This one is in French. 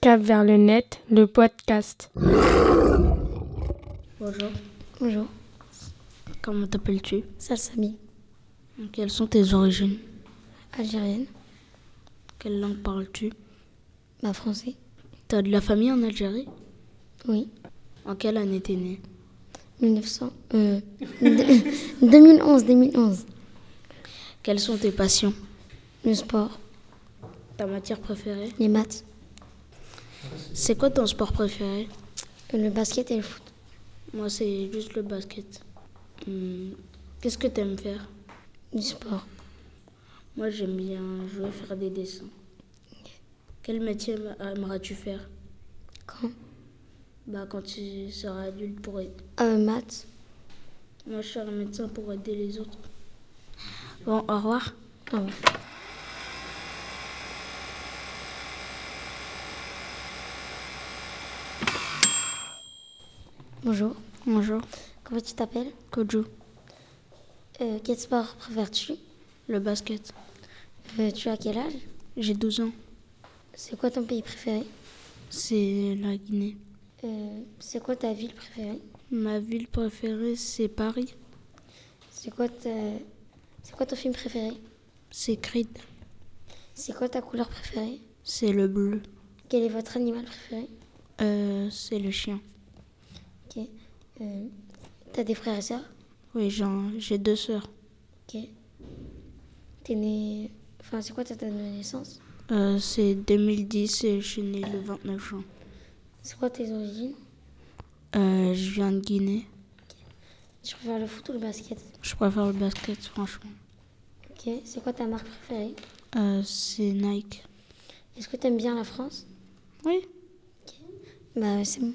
Cap vers le net, le podcast. Bonjour, Bonjour, comment t'appelles-tu Salsami, Quelles sont tes origines algérienne, Quelle langue parles-tu bah français, T'as de la famille en Algérie oui, En quelle année t'es né 1900, euh, de- 2011, 2011, Quelles sont tes passions le sport, Ta matière préférée les maths, C'est quoi ton sport préféré le basket et le foot, Moi, c'est juste le basket. Hum, Qu'est-ce que t'aimes faire du sport, Moi, j'aime bien jouer, faire des dessins. Quel métier aim- aimeras-tu faire quand, Bah, quand tu seras adulte pour aider. euh, maths, Moi, je serai médecin pour aider les autres. Bon, au revoir. au revoir. Bonjour, Bonjour. comment tu t'appelles Kojo. Euh, Quel sport préfères-tu Le basket. Euh, Tu as quel âge J'ai 12 ans. C'est quoi ton pays préféré C'est la Guinée. Euh, C'est quoi ta ville préférée Ma ville préférée, c'est Paris. C'est quoi, ta- c'est quoi ton film préféré C'est Creed. C'est quoi ta couleur préférée C'est le bleu. Quel est votre animal préféré Euh, c'est le chien. Ok. Euh, T'as des frères et sœurs Oui, j'en- j'ai deux sœurs. Ok. T'es né... Enfin, c'est quoi ta date de naissance Euh, c'est 2010 et je suis née le 29 juin. C'est quoi tes origines Euh, je viens de Guinée. Tu préfères le foot ou le basket Je préfère le basket, franchement. Ok. C'est quoi ta marque préférée Euh, c'est Nike. Est-ce que t'aimes bien la France Oui. Bah, c'est bon.